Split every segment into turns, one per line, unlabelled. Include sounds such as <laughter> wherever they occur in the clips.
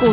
股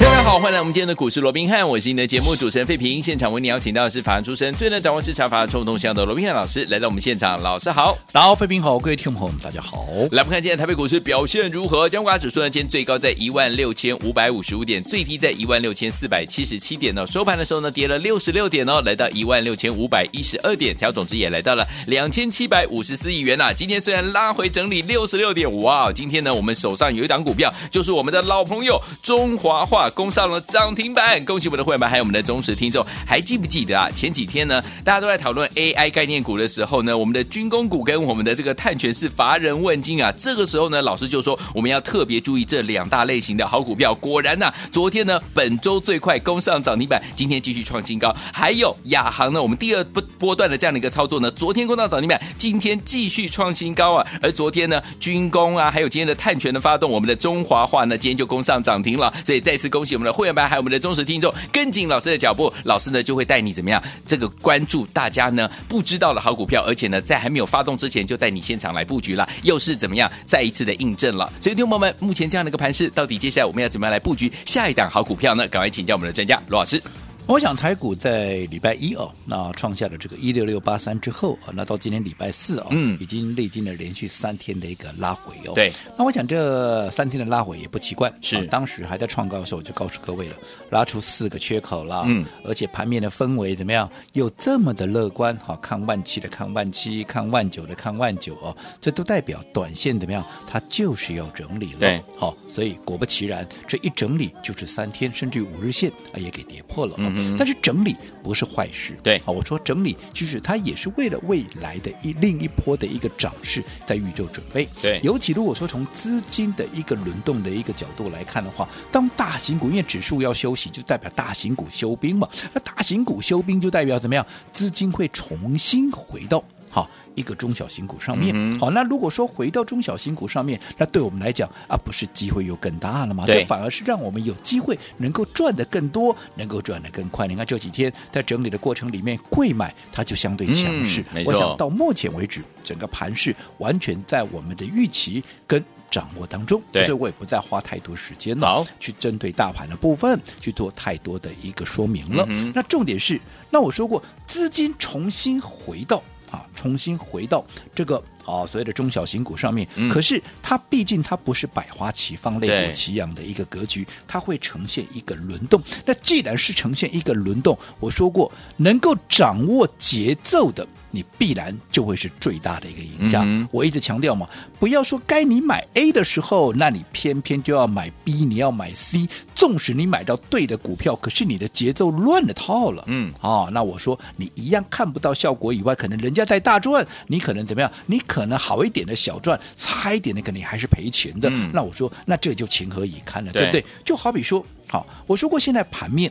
各位好，欢迎来我们今天的股市罗宾汉，我是你的节目主持人费平。现场为你邀请到的是法案出身、最能掌握市场法案冲动向的罗宾汉老师来到我们现场，老师好。
大家好，飞平好，各位听众朋友们，大家好。
来，我们看今天台北股市表现如何？中华指数呢，今天最高在一万六千五百五十五点，最低在一万六千四百七十七点哦。收盘的时候呢，跌了六十六点哦，来到一万六千五百一十二点，成交总值也来到了两千七百五十四亿元呐、啊今天虽然拉回整理六十六点，哇，今天呢，我们手上有一档股票，就是我们的老朋友中华化攻上了涨停板，恭喜我们的会员们，还有我们的忠实听众，还记不记得啊？前几天呢，大家都在讨论 AI 概念股的时候呢，我们的军工股跟我们的这个碳权是乏人问津啊。这个时候呢，老师就说我们要特别注意这两大类型的好股票。果然呐、昨天呢，本周最快攻上涨停板，今天继续创新高。还有亚航呢，我们第二波波段的这样的一个操作呢，昨天攻上涨停板，今天继续创新高啊。而昨天呢，军工啊，还有今天的碳权的发动，我们的中华化呢，今天就攻上涨停了。所以再次恭喜我们的会员班，还有我们的忠实听众，跟紧老师的脚步，老师呢就会带你怎么样？这个关注大家呢不知道的好股票，而且呢在还没有发动之前就带你现场来布局了，又是怎么样再一次的印证了。所以，听众朋友们，目前这样的一个盘势，到底接下来我们要怎么样来布局下一档好股票呢？赶快请教我们的专家罗老师。
我想台股在礼拜一哦，那创下了这个一六六八三之后啊，那到今天礼拜四哦，
嗯
已经历经了连续三天的一个拉回哦。
对，
那我想这三天的拉回也不奇怪，
是
啊当时还在创高的时候，我就告诉各位了，拉出四个缺口了，
嗯，
而且盘面的氛围怎么样？又这么的乐观，好、看万七的看万七，看万九的看万九哦，这都代表短线怎么样？它就是要整理了，
对，
好、所以果不其然，这一整理就是三天甚至于五日线啊也给跌破了、哦。但是整理不是坏事，
嗯对
啊，我说整理就是它也是为了未来的一另一波的一个涨势在预做准备，
对
尤其如果说从资金的一个轮动的一个角度来看的话，当大型股因为指数要休息，就代表大型股休兵嘛。那大型股休兵就代表怎么样？资金会重新回到好一个中小型股上面。
嗯
好，那如果说回到中小型股上面，那对我们来讲啊，不是机会又更大了吗？
对
这反而是让我们有机会能够赚得更多，能够赚得更快。你看这几天在整理的过程里面，贵买它就相对强势。
嗯没
我想
错
到目前为止，整个盘势完全在我们的预期跟。掌握当中，
对
所以我也不再花太多时间
好
了，去针对大盘的部分去做太多的一个说明了。
嗯哼
那重点是，那我说过，资金重新回到啊，重新回到这个啊所谓的中小型股上面。
嗯
可是它毕竟它不是百花齐放、类
对
股齐扬的一个格局，它会呈现一个轮动。那既然是呈现一个轮动，我说过，能够掌握节奏的。你必然就会是最大的一个赢家。
嗯哼
我一直强调嘛，不要说该你买 A 的时候，那你偏偏就要买 B，你要买 C。纵使你买到对的股票，可是你的节奏乱了套了。
嗯
哦，那我说你一样看不到效果以外，可能人家在大赚，你可能怎么样？你可能好一点的小赚，差一点的可能你还是赔钱的。
嗯
那我说，那这就情何以堪了，
对
对不对？就好比说，好、我说过现在盘面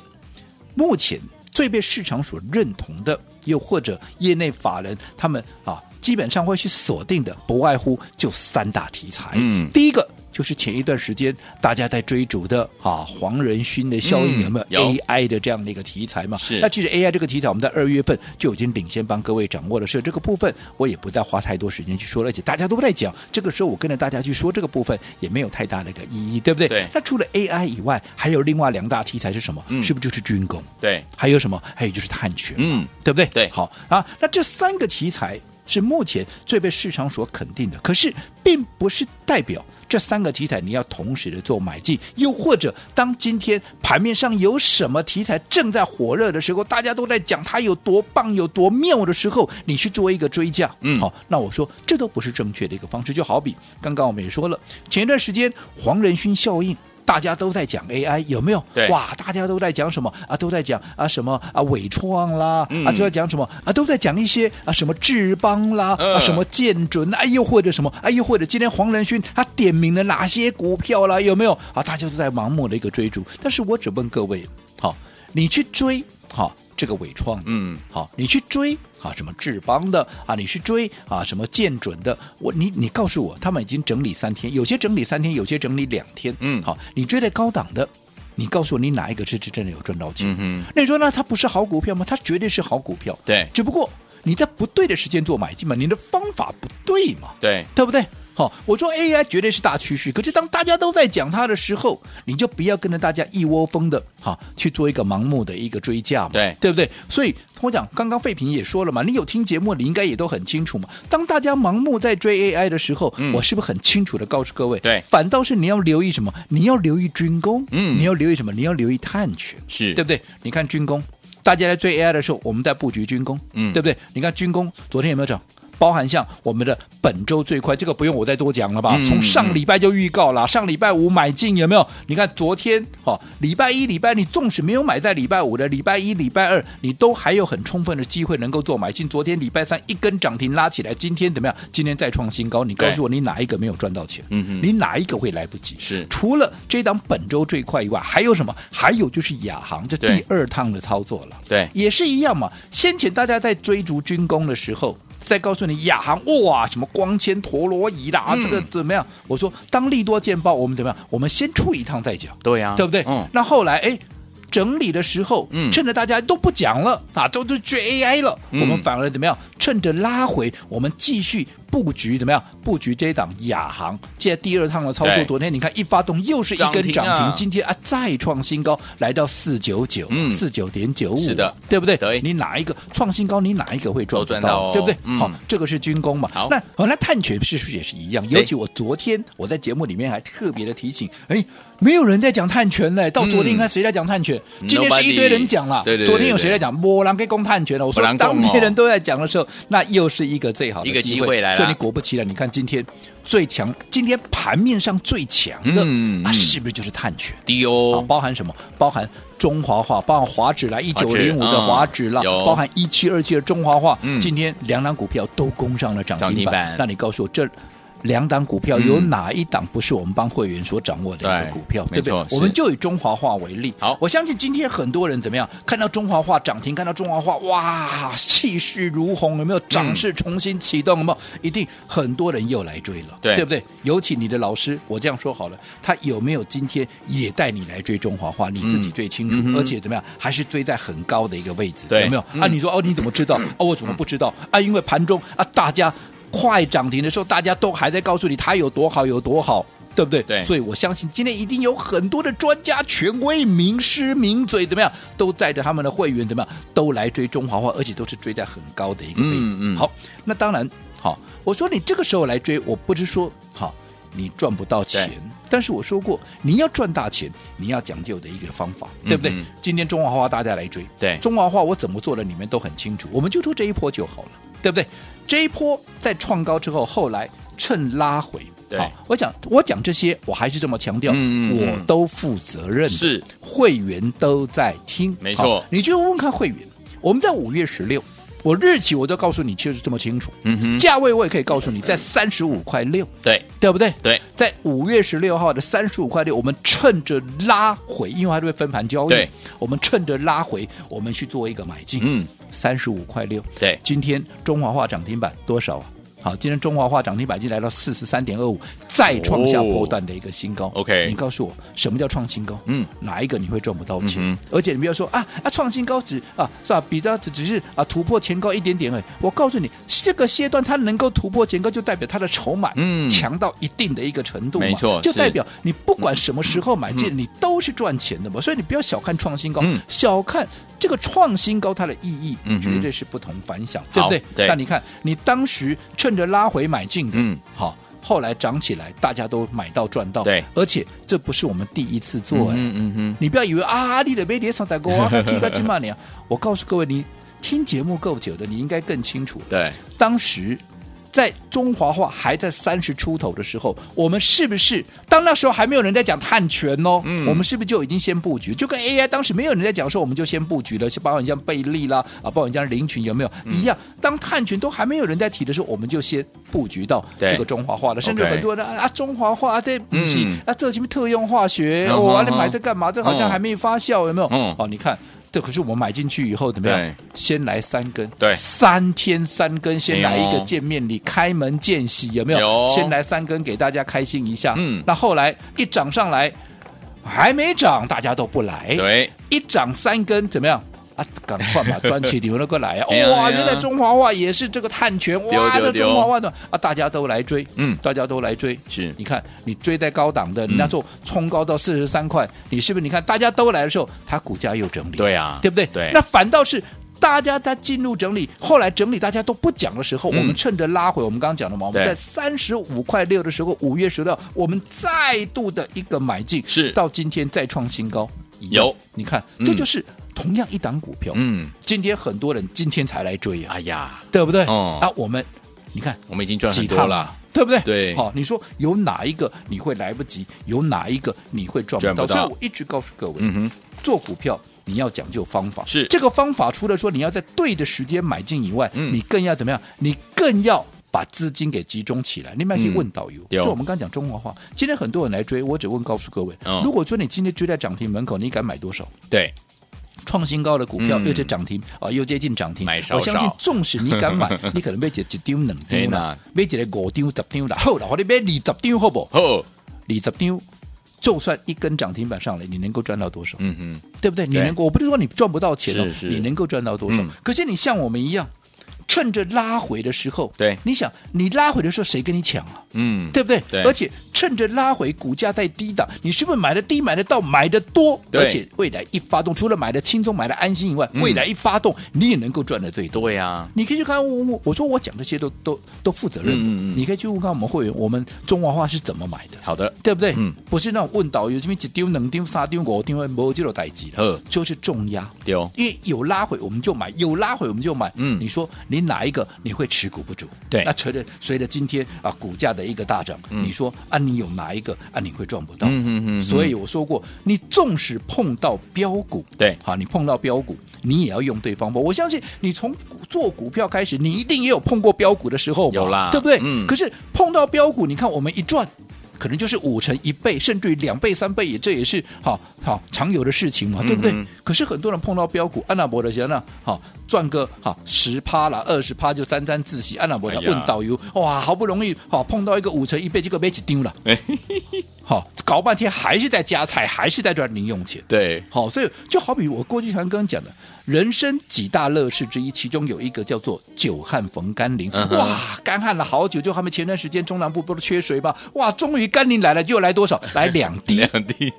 目前最被市场所认同的，又或者业内法人他们啊，基本上会去锁定的，不外乎就三大题材。
嗯
第一个。就是前一段时间大家在追逐的啊，黄仁勋的效应
嗯
有没有
有
AI 的这样的一个题材嘛？
是
那其实 AI 这个题材，我们在二月份就已经领先帮各位掌握了，所以这个部分我也不再花太多时间去说了，而且大家都在讲，这个时候我跟着大家去说这个部分也没有太大的一个意义，对不对？
对
那除了 AI 以外，还有另外两大题材是什么？
嗯
是不是就是军工？
对，
还有什么？还有就是探权，
嗯，
对不对？
对
好啊，那这三个题材是目前最被市场所肯定的，可是并不是代表。这三个题材你要同时的做买进，又或者当今天盘面上有什么题材正在火热的时候，大家都在讲它有多棒、有多妙的时候，你去做一个追价，
嗯
好，那我说这都不是正确的一个方式。就好比刚刚我们也说了，前一段时间呃黄仁勋效应。大家都在讲 AI 有没有？
对
哇，大家都在讲什么啊？都在讲啊什么啊伟创啦，
嗯
啊就在讲什么啊？都在讲一些啊什么智邦啦，
嗯
啊什么建准，哎、又或者什么，哎、又或者今天黄仁勋他点名了哪些股票啦？有没有啊？大家都在盲目的一个追逐，但是我只问各位，好，你去追好、这个伟创的，
嗯，
好，你去追啊什么智邦的啊，你去追啊什么建准的，我你你告诉我，他们已经整理三天，有些整理三天，有些整理两天，
嗯
好，你追的高档的，你告诉我你哪一个是真的有赚到钱？
嗯哼，
那你说那它不是好股票吗？它绝对是好股票，
对
只不过你在不对的时间做买进嘛，你的方法不对嘛，
对，
对不对？好、我说 AI 绝对是大趋势，可是当大家都在讲它的时候，你就不要跟着大家一窝蜂的哈、去做一个盲目的一个追价嘛，
对
对不对？所以我讲，刚刚费平也说了嘛，你有听节目，你应该也都很清楚嘛。当大家盲目在追 AI 的时候，
嗯
我是不是很清楚的告诉各位？
对
反倒是你要留意什么？你要留意军工，
嗯
你要留意什么？你要留意碳权，
是
对不对？你看军工，大家在追 AI 的时候，我们在布局军工，
嗯
对不对？你看军工昨天有没有涨？包含像我们的本周最快，这个不用我再多讲了吧？
嗯
从上礼拜就预告了，上礼拜五买进有没有？你看昨天哦，礼拜一、礼拜你纵使没有买在礼拜五的，礼拜一、礼拜二你都还有很充分的机会能够做买进。昨天礼拜三一根涨停拉起来，今天怎么样？今天再创新高，你告
对
诉我你哪一个没有赚到钱？
嗯哼
你哪一个会来不及？
是
除了这档本周最快以外，还有什么？还有就是亚航这
对
第二趟的操作了。
对，
也是一样嘛。先前大家在追逐军工的时候，再告诉你亚航哇，什么光纤陀螺仪啦，
嗯
这个怎么样？我说当利多见报，我们怎么样？我们先出一趟再讲，
对呀，
对不对？
嗯，
那后来哎。整理的时候，
嗯
趁着大家都不讲了啊，都都追 AI 了，
嗯
我们反而怎么样？趁着拉回，我们继续布局怎么样？布局这一档亚航，现在第二趟的操作
对，
昨天你看一发动又是一根
涨停啊
涨停，今天啊再创新高，来到四九九，
嗯
四九点九五，啊
是的
对不对？
对
你哪一个创新高，你哪一个会赚
都赚
不
到哦
对不对？
嗯
好，这个是军工嘛。
好哎
那好，那碳权是不是也是一样？尤其我昨天我在节目里面还特别的提醒，哎，没有人在讲碳权嘞。到昨
嗯
天你看谁在讲碳权？今天是
Nobody
一堆人讲了。
对对对
昨天有
对
谁在讲波兰跟供碳权了？我说
没人讲哦
当别人都在讲的时候，那又是一个最好的
一个机会来了
所以你果不其然，你看今天最强，今天盘面上最强的
嗯
啊，
嗯
是不是就是碳权？
低
啊，
哦，
包含什么？包含中华化，包含华指啦，一九零五的华指啦，
嗯有
包含一七二七的中华化。
嗯
今天两档股票都攻上了涨
涨
停
停
板。
板
那你告诉我这？两档股票
嗯
有哪一档不是我们帮会员所掌握的一
对
个股票，
没
对不
错
对？
是
我们就以中华化为例。
好
我相信今天很多人怎么样？看到中华化涨停，看到中华化，哇，气势如虹，有没有？涨
嗯
势重新启动，有没有？一定很多人又来追了，
对
对不对？尤其你的老师，我这样说好了，他有没有今天也带你来追中华化？你自己最清楚，
嗯哼
而且怎么样，还是追在很高的一个位置，
对
有没有？
嗯
啊，你说哦，你怎么
<coughs>
知道？哦，我怎么不知道？啊，因为盘中啊，大家快涨停的时候，大家都还在告诉你它有多好，有多好。对不对？
对
所以我相信今天一定有很多的专家、权威、名师、名嘴，怎么样，都载着他们的会员，怎么样，都来追中华化，而且都是追在很高的一个位置。
嗯嗯
好，那当然，好，我说你这个时候来追，我不是说好你赚不到钱
对，
但是我说过，你要赚大钱，你要讲究的一个方法，对不对？
嗯嗯
今天中华化大家来追，
对
中华化我怎么做的，你们都很清楚，我们就做这一波就好了，对不对？这一波在创高之后，后来趁拉回。
对
好，我讲我讲这些，我还是这么强调，
嗯嗯嗯
我都负责任的，
是
会员都在听，
没错
好你去问问看会员，我们在五月十六，我日期我都告诉你，就是这么清楚，
嗯哼，
价位我也可以告诉你，在三十五块六，
对
对不对？
对，
在五月十六号的三十五块六，我们趁着拉回，因为它会分盘交易，
对，
我们趁着拉回，我们去做一个买进，
嗯，
三十五块六，
对
今天中华化涨停板多少啊？好，今天中华化涨停板已经来到四十三点二五，再创下波段的一个新高。
哦 OK
你告诉我什么叫创新高？
嗯，
哪一个你会赚不到钱？
嗯
而且你不要说啊啊，创新高只啊是吧？比较只只是啊突破前高一点点而已。我告诉你，这个阶段它能够突破前高，就代表它的筹码
嗯
强到一定的一个程度嘛，
没错
就是代表你不管什么时候买进，你都是赚钱的嘛。所以你不要小看创新高，
嗯
小看这个创新高它的意义
嗯，哼
绝对是不同凡响，对不对
好？对
那你看，你当时趁着拉回买进的，
嗯，
好。后来涨起来，大家都买到赚到，
对
而且这不是我们第一次做、哎、
嗯嗯嗯，
你不要以为啊，你的没跌上在高啊，提到金马年，我告诉各位，你听节目够久的，你应该更清楚了。
对，
当时在中华化还在三十出头的时候，我们是不是当那时候还没有人在讲碳权哦？
嗯
我们是不是就已经先布局？就跟 AI 当时没有人在讲的时候，我们就先布局了，就包括你像贝利啦，啊，包括你像林群有没有、
嗯
一样？当碳权都还没有人在提的时候，我们就先布局到
对
这个中华化了，甚至
OK
很多人啊，啊中华化啊这不是、
嗯
啊，这什么特用化学？
嗯
哦，啊
嗯
你买这干嘛？这好
嗯
像还没发酵，有没有？
嗯
哦，你看对，可是我买进去以后怎么
对
样？先来三根，
对
三天三根，先来一
哎
个
呦
见面礼，开门见喜，有没
有
有？先来三根给大家开心一下。
嗯
那后来一涨上来，还没涨，大家都不来。
对，！
一涨三根怎么样？啊，赶快把专辑留了过来啊
<laughs> 哎呀
哇，
哎呀
原来中华话也是这个碳权，
丢
哇，
丢
这
丢
中华话的啊，大家都来追，
嗯
大家都来追，
是嗯
你看你追在高档的，你那时候冲高到四十三块，你是不是？你看大家都来的时候，它股价又整理，
对啊
对不对？
对
那反倒是。大家在进入整理，后来整理大家都不讲的时候，
嗯
我们趁着拉回，我们刚刚讲了嘛，我们
对
在三十五块六的时候，五月十六，我们再度的一个买进，
是
到今天再创新高，一样
有
你看，
嗯
这就是同样一档股票，
嗯，
今天很多人今天才来追呀、
哎呀，
对不对？
哦
啊，我们你看
我们已经赚很
几
多
趟
了，，
对不对？
对
好，你说有哪一个你会来不及？有哪一个你会赚
赚
不
不
到？
到
所以我一直告诉各位，
嗯哼，
做股票你要讲究方法，
是
这个方法除了说你要在对的时间买进以外，
嗯
你更要怎么样？你更要。把资金给集中起来，你们可以
嗯
问导游。
有
就我们刚讲中华话，今天很多人来追，我只问告诉各位，
哦
如果说你今天追在涨停门口，你敢买多少？
对，
创新高的股票，
嗯
又是涨停啊、又接近涨停。
买少哎
我相信
少，
纵使你敢
<laughs>
买，你可能被一丢两
嘿
丢
呐
啦，被一个五丢十丢啦，好啦，我哋买二十丢好不好？
哦，
二十丢，就算一根涨停板上来，你能够赚到多少？
嗯哼，
对不对？你
对
能够，我不是说你赚不到钱哦
是是，
你能够赚到多少
嗯？
可是你像我们一样，趁着拉回的时候，
对
你想你拉回的时候，谁跟你抢啊？
嗯，
对不对？
对
而且趁着拉回，股价在低档，你是不是买的低、买的到、买的多？
对嗯
而且未来一发动，除了买的轻松、买的安心以外，未来一发动，你也能够赚的最多。
对啊呀，
你可以去看我，我我说我讲这些都都都负责任的，
嗯嗯嗯
你可以去问看我们会员，我们中华话是怎么买的，
好的，
对不对？
嗯
不是那种问导游这边一丢、两丢、三丢、五丢，没有这种代级
呵
的，就是重压。
丢，
因为有拉回我们就买，有拉回我们就买。
哦嗯
你说你哪一个你会持股不足？
对
那随着随着今天啊股价的一个大涨，你说啊你有哪一个啊你会赚不到？
嗯嗯嗯嗯
所以我说过，你纵使碰到标股，
对
好，你碰到标股，你也要用对方法。我相信你从股做股票开始，你一定也有碰过标股的时候嘛，
有啦
对不对？
嗯
可是碰到标股，你看我们一赚。可能就是五成一倍，甚至于两倍、三倍也，这也是好好常有的事情嘛，对不对？
嗯
可是很多人碰到标股，安啊娜伯的钱呢，好赚个好十趴啦，二十趴就沾沾自喜。安啊娜伯的
哎呀
问导游，哇，好不容易好碰到一个五成一倍，结果被起丢
<laughs>
了，好搞半天还是在加菜，还是在赚零用钱。
对，
好，所以就好比我过去常跟人讲的，人生几大乐事之一，其中有一个叫做久旱逢甘霖。
嗯哼
哇，干旱了好久，就他们前段时间中南部不是缺水吗？哇，终于甘霖来了，就来多少？来两滴，
<laughs> 两
<laughs>
滴，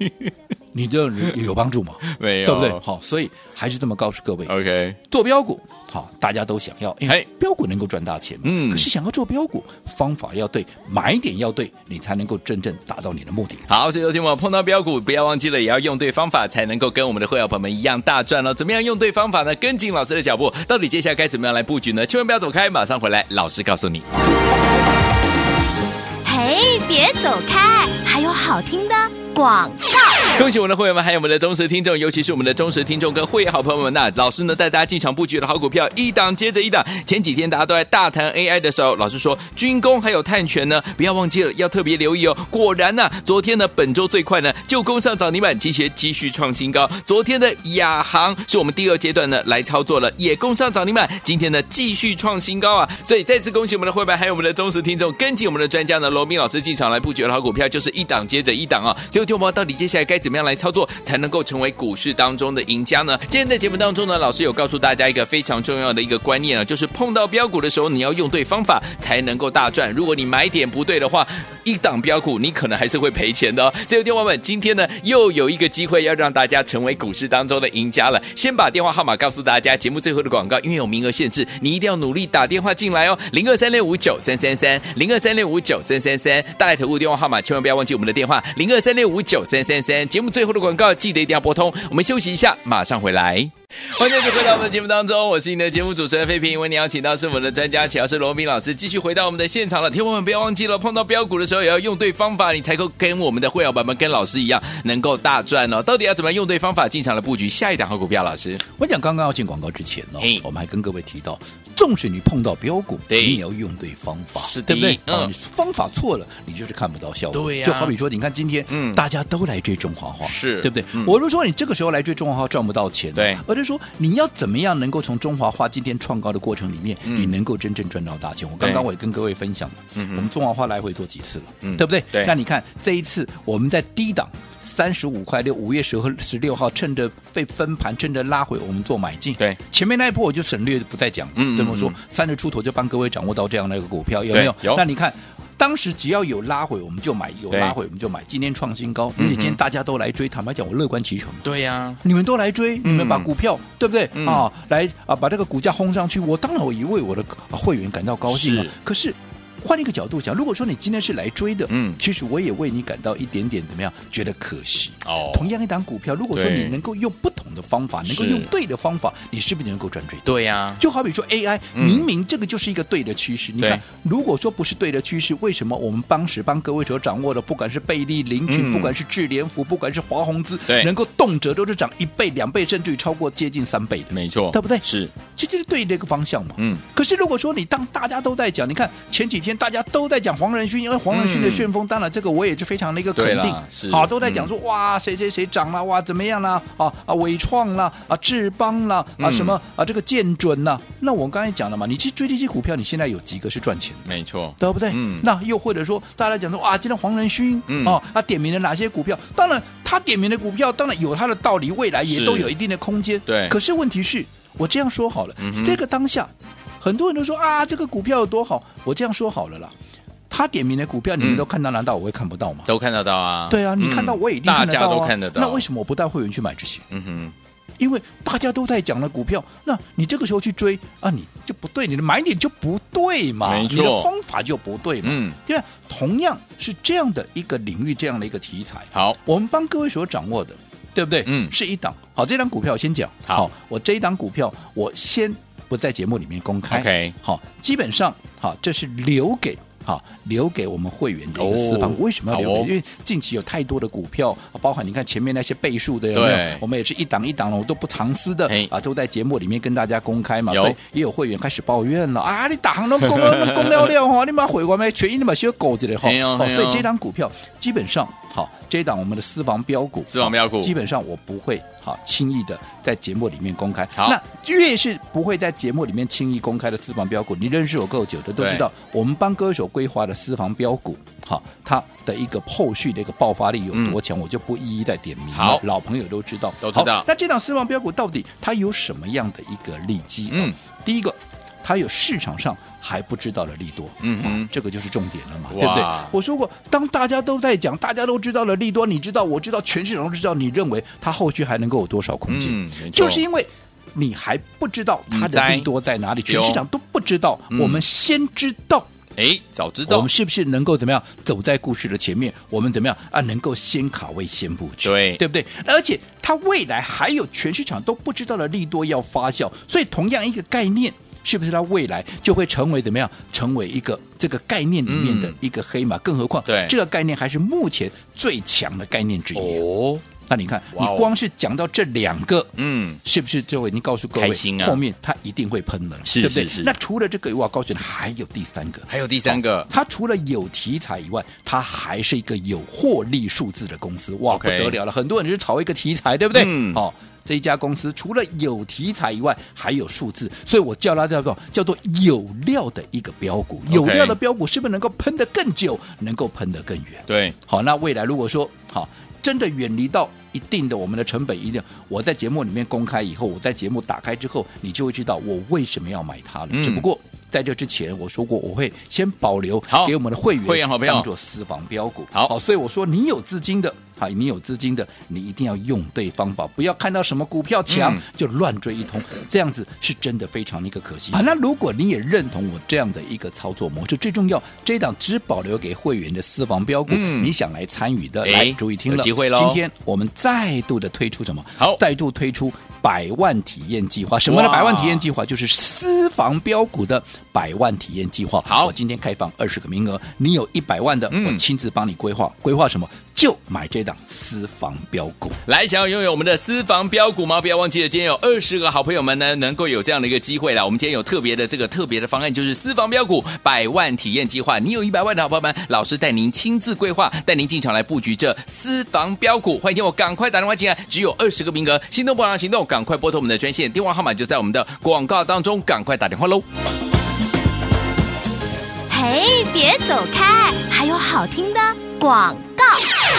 你这有帮助吗？
<laughs> 没有，
对不对？好，所以还是这么告诉各位，
？OK，
做标股，好，大家都想要，因为
嘿
标股能够赚大钱嘛。
嗯
可是想要做标股，方法要对，买点要对，你才能够真正达到你的目的。
好，所以昨天我们碰到标股，不要忘记了，也要用对方法，才能够跟我们的会员朋友们一样大赚哦。怎么样用对方法呢？跟紧老师的脚步，到底接下来该怎么样来布局呢？千万不要走开，马上回来，老师告诉你。
嘿，别走开，还有好听的广告。
恭喜我们的会员们，还有我们的忠实听众，尤其是我们的忠实听众跟会员好朋友们呐、老师呢带大家进场布局的好股票，一档接着一档。前几天大家都在大谈 AI 的时候，老师说军工还有碳权呢，不要忘记了要特别留意哦。果然呐、昨天呢本周最快呢就攻上涨停板，其实继续创新高。昨天的亚航是我们第二阶段呢来操作了，也攻上涨停板，今天呢继续创新高啊！所以再次恭喜我们的会员，还有我们的忠实听众，跟紧我们的专家呢罗斌老师进场来布局的好股票，就是一档接着一档啊。所以，听我们到底接下来该怎么样来操作，才能够成为股市当中的赢家呢？今天在节目当中呢，老师有告诉大家一个非常重要的一个观念啊，就是碰到标股的时候，你要用对方法才能够大赚。如果你买点不对的话，一档标股你可能还是会赔钱的哦。所以，听众们，今天呢又有一个机会要让大家成为股市当中的赢家了。先把电话号码告诉大家，节目最后的广告，因为有名额限制，你一定要努力打电话进来哦，零二三六五九三三三，零二三六五九三三三，大来投顾电话号码千万不要忘记我们的电话零二三六五九三三三。节目最后的广告记得一定要拨通，我们休息一下，马上回来。欢迎继续回到我们的节目当中，我是你的节目主持人费平。为你邀请到是我们的专家，乔是罗斌老师，继续回到我们的现场了。听众们不要忘记了，碰到标股的时候也要用对方法，你才够跟我们的会员版们跟老师一样能够大赚哦。到底要怎么样用对方法进场来布局下一档好股票？老师，
我讲刚刚要进广告之前哦
嘿，
我们还跟各位提到，纵使你碰到标股，
对
你也要用对方法，
是的
对不对？
嗯
啊你方法错了，你就是看不到效果。
对呀
就好比说，你看今天，
嗯
大家都来追中华化，
是
对不对？
嗯
我就说你这个时候来追中华化赚不到钱，啊
对
而是说你要怎么样能够从中华化今天创高的过程里面，
嗯
你能够真正赚到大钱？我
对
刚刚我也跟各位分享了，
嗯哼
我们中华化来回做几次了，
嗯
对不对？
对
那你看这一次我们在低档。三十五块六，五月十和十六号，趁着被分盘，趁着拉回，我们做买进。
对，
前面那一波我就省略不再讲了，
嗯
对吗？
嗯
说
嗯
三十出头就帮各位掌握到这样的一个股票，有没有？
对有
那你看。当时只要有拉回，我们就买；有
对
拉回，我们就买。今天创新高，
嗯
而且今天大家都来追。坦白讲，我乐观其成。
对呀，
你们都来追，你们把股票、对不对、
嗯
啊？来啊，把这个股价轰上去，我当然我也为我的啊会员感到高兴啊
是。
可是换一个角度讲，如果说你今天是来追的，
嗯
其实我也为你感到一点点怎么样，觉得可惜。
哦
同样一档股票，如果说
对
你能够用不同的方法，能够
是
用对的方法，你是不是能够赚最多？
对呀，
就好比说 AI，
嗯
明明这个就是一个对的趋势。你
对
看，如果说不是对的趋势，为什么我们当时帮各位所掌握的，不管是贝利、林群，
嗯
不管是智联福，不管是华宏资
对，
能够动辄都是涨一倍、两倍，甚至于超过接近三倍的，
没错，
对不对
是，
这就是对的一个方向嘛。
嗯，
可是如果说你当大家都在讲，你看前几天大家都在讲黄仁勋，因为黄仁勋的旋风，当然这个我也是非常的一个肯
对
定
啦是，嗯
好都在讲说、哇谁谁谁涨了哇怎么样啦啊啊伟创啦啊智邦啦啊、
嗯
什么啊这个建准啦，那我刚才讲了嘛，你去追这些股票，你现在有几个是赚钱的？
没错，
对不对？
嗯
那又或者说，大家讲说哇，今天黄仁勋、
嗯
哦，他点名了哪些股票？当然，他点名的股票当然有他的道理，未来
是
也都有一定的空间。
对
可是问题是，我这样说好了，
哎嗯哼
这个当下，很多人都说啊，这个股票有多好。我这样说好了啦，他点名的股票你
嗯
们都看到，难道我会看不到吗？
都看得到啊，
对啊，你
嗯
看到我也一定
大
看得
家
到、啊
都看得到，
那为什么我不带会员去买这些？
么？嗯哼，
因为大家都在讲了股票，那你这个时候去追啊，你就不对，你的买点就不对嘛，
没
你
错
的方法就不对嘛。
嗯，
对吧？同样是这样的一个领域，这样的一个题材，
好，
我们帮各位所掌握的，对不对？
嗯
是一档好，这档股票我先讲。
好
我这一档股票我先不在节目里面公开。
OK
好，基本上好，这是留给。好，留给我们会员的一个私房股。
哦
为什么要留给？
好哦嗯
因为近期有太多的股票，包含你看前面那些倍数的有没
对
有？我们也是一档一档的，我都不藏私的
嘿
啊，都在节目里面跟大家公开嘛。
有
所以也有会员开始抱怨了啊，你打行都公了，公了了哈，你妈毁我们权益，你妈学狗子的哈。
嘿哦嘿哦
所以这档股票基本上好，这一档我们的私房标股，
私房标股
基本上我不会好轻易的在节目里面公开。
好
那越是不会在节目里面轻易公开的私房标股，你认识我够久的都
对
知道，我们帮歌手规划的私房标股，好，它的一个后续的一个爆发力有多强，我就不一一再点名了。
好
老朋友都知道，
都知道
好那这档私房标股到底它有什么样的一个利基？
嗯，
第一个。它有市场上还不知道的利多，
嗯哼
啊这个就是重点了嘛，
哇
对不对？我说过，当大家都在讲，大家都知道了利多，你知道，我知道，全市场都知道，你认为它后续还能够有多少空间？
嗯，没错
就是因为你还不知道它
嗯
的
在
利多在哪里，
有
全市场都不知道，
嗯
我们先知道。
哎，早知
我
道
们，是不是能够怎么样走在故事的前面？我们怎么样啊？能够先卡位、先布局，
对
对不对？而且它未来还有全市场都不知道的利多要发酵，所以同样一个概念。是不是它未来就会成为怎么样？成为一个这个概念里面的
嗯
一个黑马？更何况，
对
这个概念还是目前最强的概念之一。
哦，
那你看，
哇
你
哦
光是讲到这两个，
嗯，
是不是就已经告诉各位，
开心啊
后面它一定会喷的了，
是
对不对
是是
那除了这个以外，我告诉你还有第三个，
还有第三个，
它除了有题材以外，它还是一个有获利数字的公司，哇
OK
不得了了！很多人是炒一个题材，对不对？
嗯
哦，这一家公司除了有题材以外，还有数字，所以我叫它叫做叫做有料的一个标股。有料的标股是不是能够喷得更久，能够喷得更远？
对，
好，那未来如果说好真的远离到一定的我们的成本一定，我在节目里面公开以后，我在节目打开之后，你就会知道我为什么要买它了。
嗯
只不过。在这之前，我说过我会先保留
好
给我们的会员，
会员好朋友
当做私房标股。
好
所以我说你有资金的，好，你有资金的，你一定要用对方法，不要看到什么股票强、
嗯
就乱追一通，这样子是真的非常的一个可惜。啊，那如果你也认同我这样的一个操作模式，最重要，这一档只保留给会员的私房标股，
嗯
你想来参与的，
哎
来注意听
有
了，
机会喽
今天我们再度的推出什么？
好
再度推出百万体验计划。什么呢？
哇
百万体验计划就是私房标股的百万体验计划。
好
我今天开放二十个名额，你有一百万的，
嗯
我亲自帮你规划。规划什么？就买这档私房标股。
来，想要拥有我们的私房标股吗？不要忘记了，今天有二十个好朋友们呢，能够有这样的一个机会啦。我们今天有特别的这个特别的方案，就是私房标股百万体验计划。你有一百万的好朋友们，老师带您亲自规划，带您进场来布局这私房标股。欢迎听我赶快打电话进来，只有二十个名额，心动不忙行动，赶快拨通我们的专线，电话号码就在我们的广告当中，赶快打电话喽。
嘿，别走开，还有好听的广告。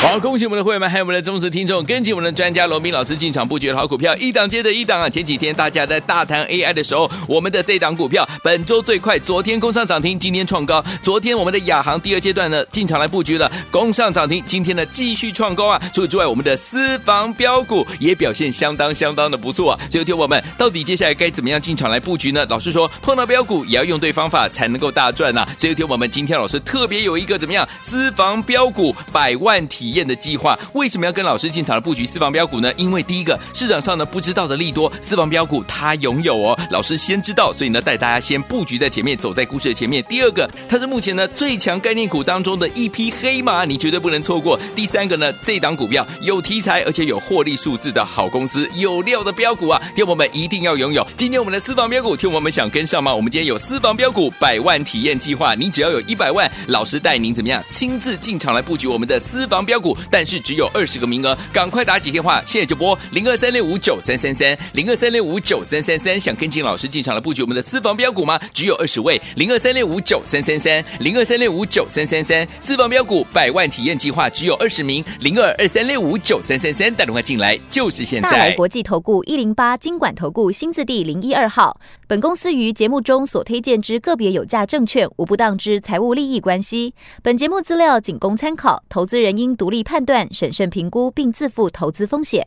好，恭喜我们的会员们，还有我们的忠实听众，跟紧我们的专家罗明老师进场布局的好股票，一档接着一档啊！前几天大家在大谈 AI 的时候，我们的这档股票本周最快，昨天攻上涨停，今天创高。昨天我们的亚航第二阶段呢进场来布局了，攻上涨停，今天呢继续创高啊！除此之外，我们的私房标股也表现相当相当的不错啊！所以，听我们到底接下来该怎么样进场来布局呢？老师说，碰到标股也要用对方法才能够大赚呐、所以，听我们今天老师特别有一个怎么样私房标股百万体验的计划。为什么要跟老师进场的布局私房标股呢？因为第一个市场上呢不知道的利多，私房标股它拥有哦，老师先知道，所以呢带大家先布局在前面，走在故事的前面。第二个，它是目前呢最强概念股当中的一匹黑马，你绝对不能错过。第三个呢，这档股票有题材，而且有获利数字的好公司，有料的标股啊，听我们一定要拥有。今天我们的私房标股，听我们想跟上吗？我们今天有私房标股百万体验计划，你只要有一百万，老师带您怎么样啊亲自进场来布局我们的私房标股，但是只有二十个名额，赶快打几电话，现在就拨零二三六五九三三三零二三六五九三三三，想跟进老师进场来布局我们的私房标股吗？只有二十位，零二三六五九三三三零二三六五九三三三，私房标股百万体验计划只有二十名，零二二三六五九三三三，打电话进来就是现
大来
在。
国际投顾一零八金管投顾新字第零一二号。本公司于节目中所推荐之个别有价证券，无不当之财务利益关系。本节目资料仅供参考，投资人应独立判断、审慎评估，并自负投资风险。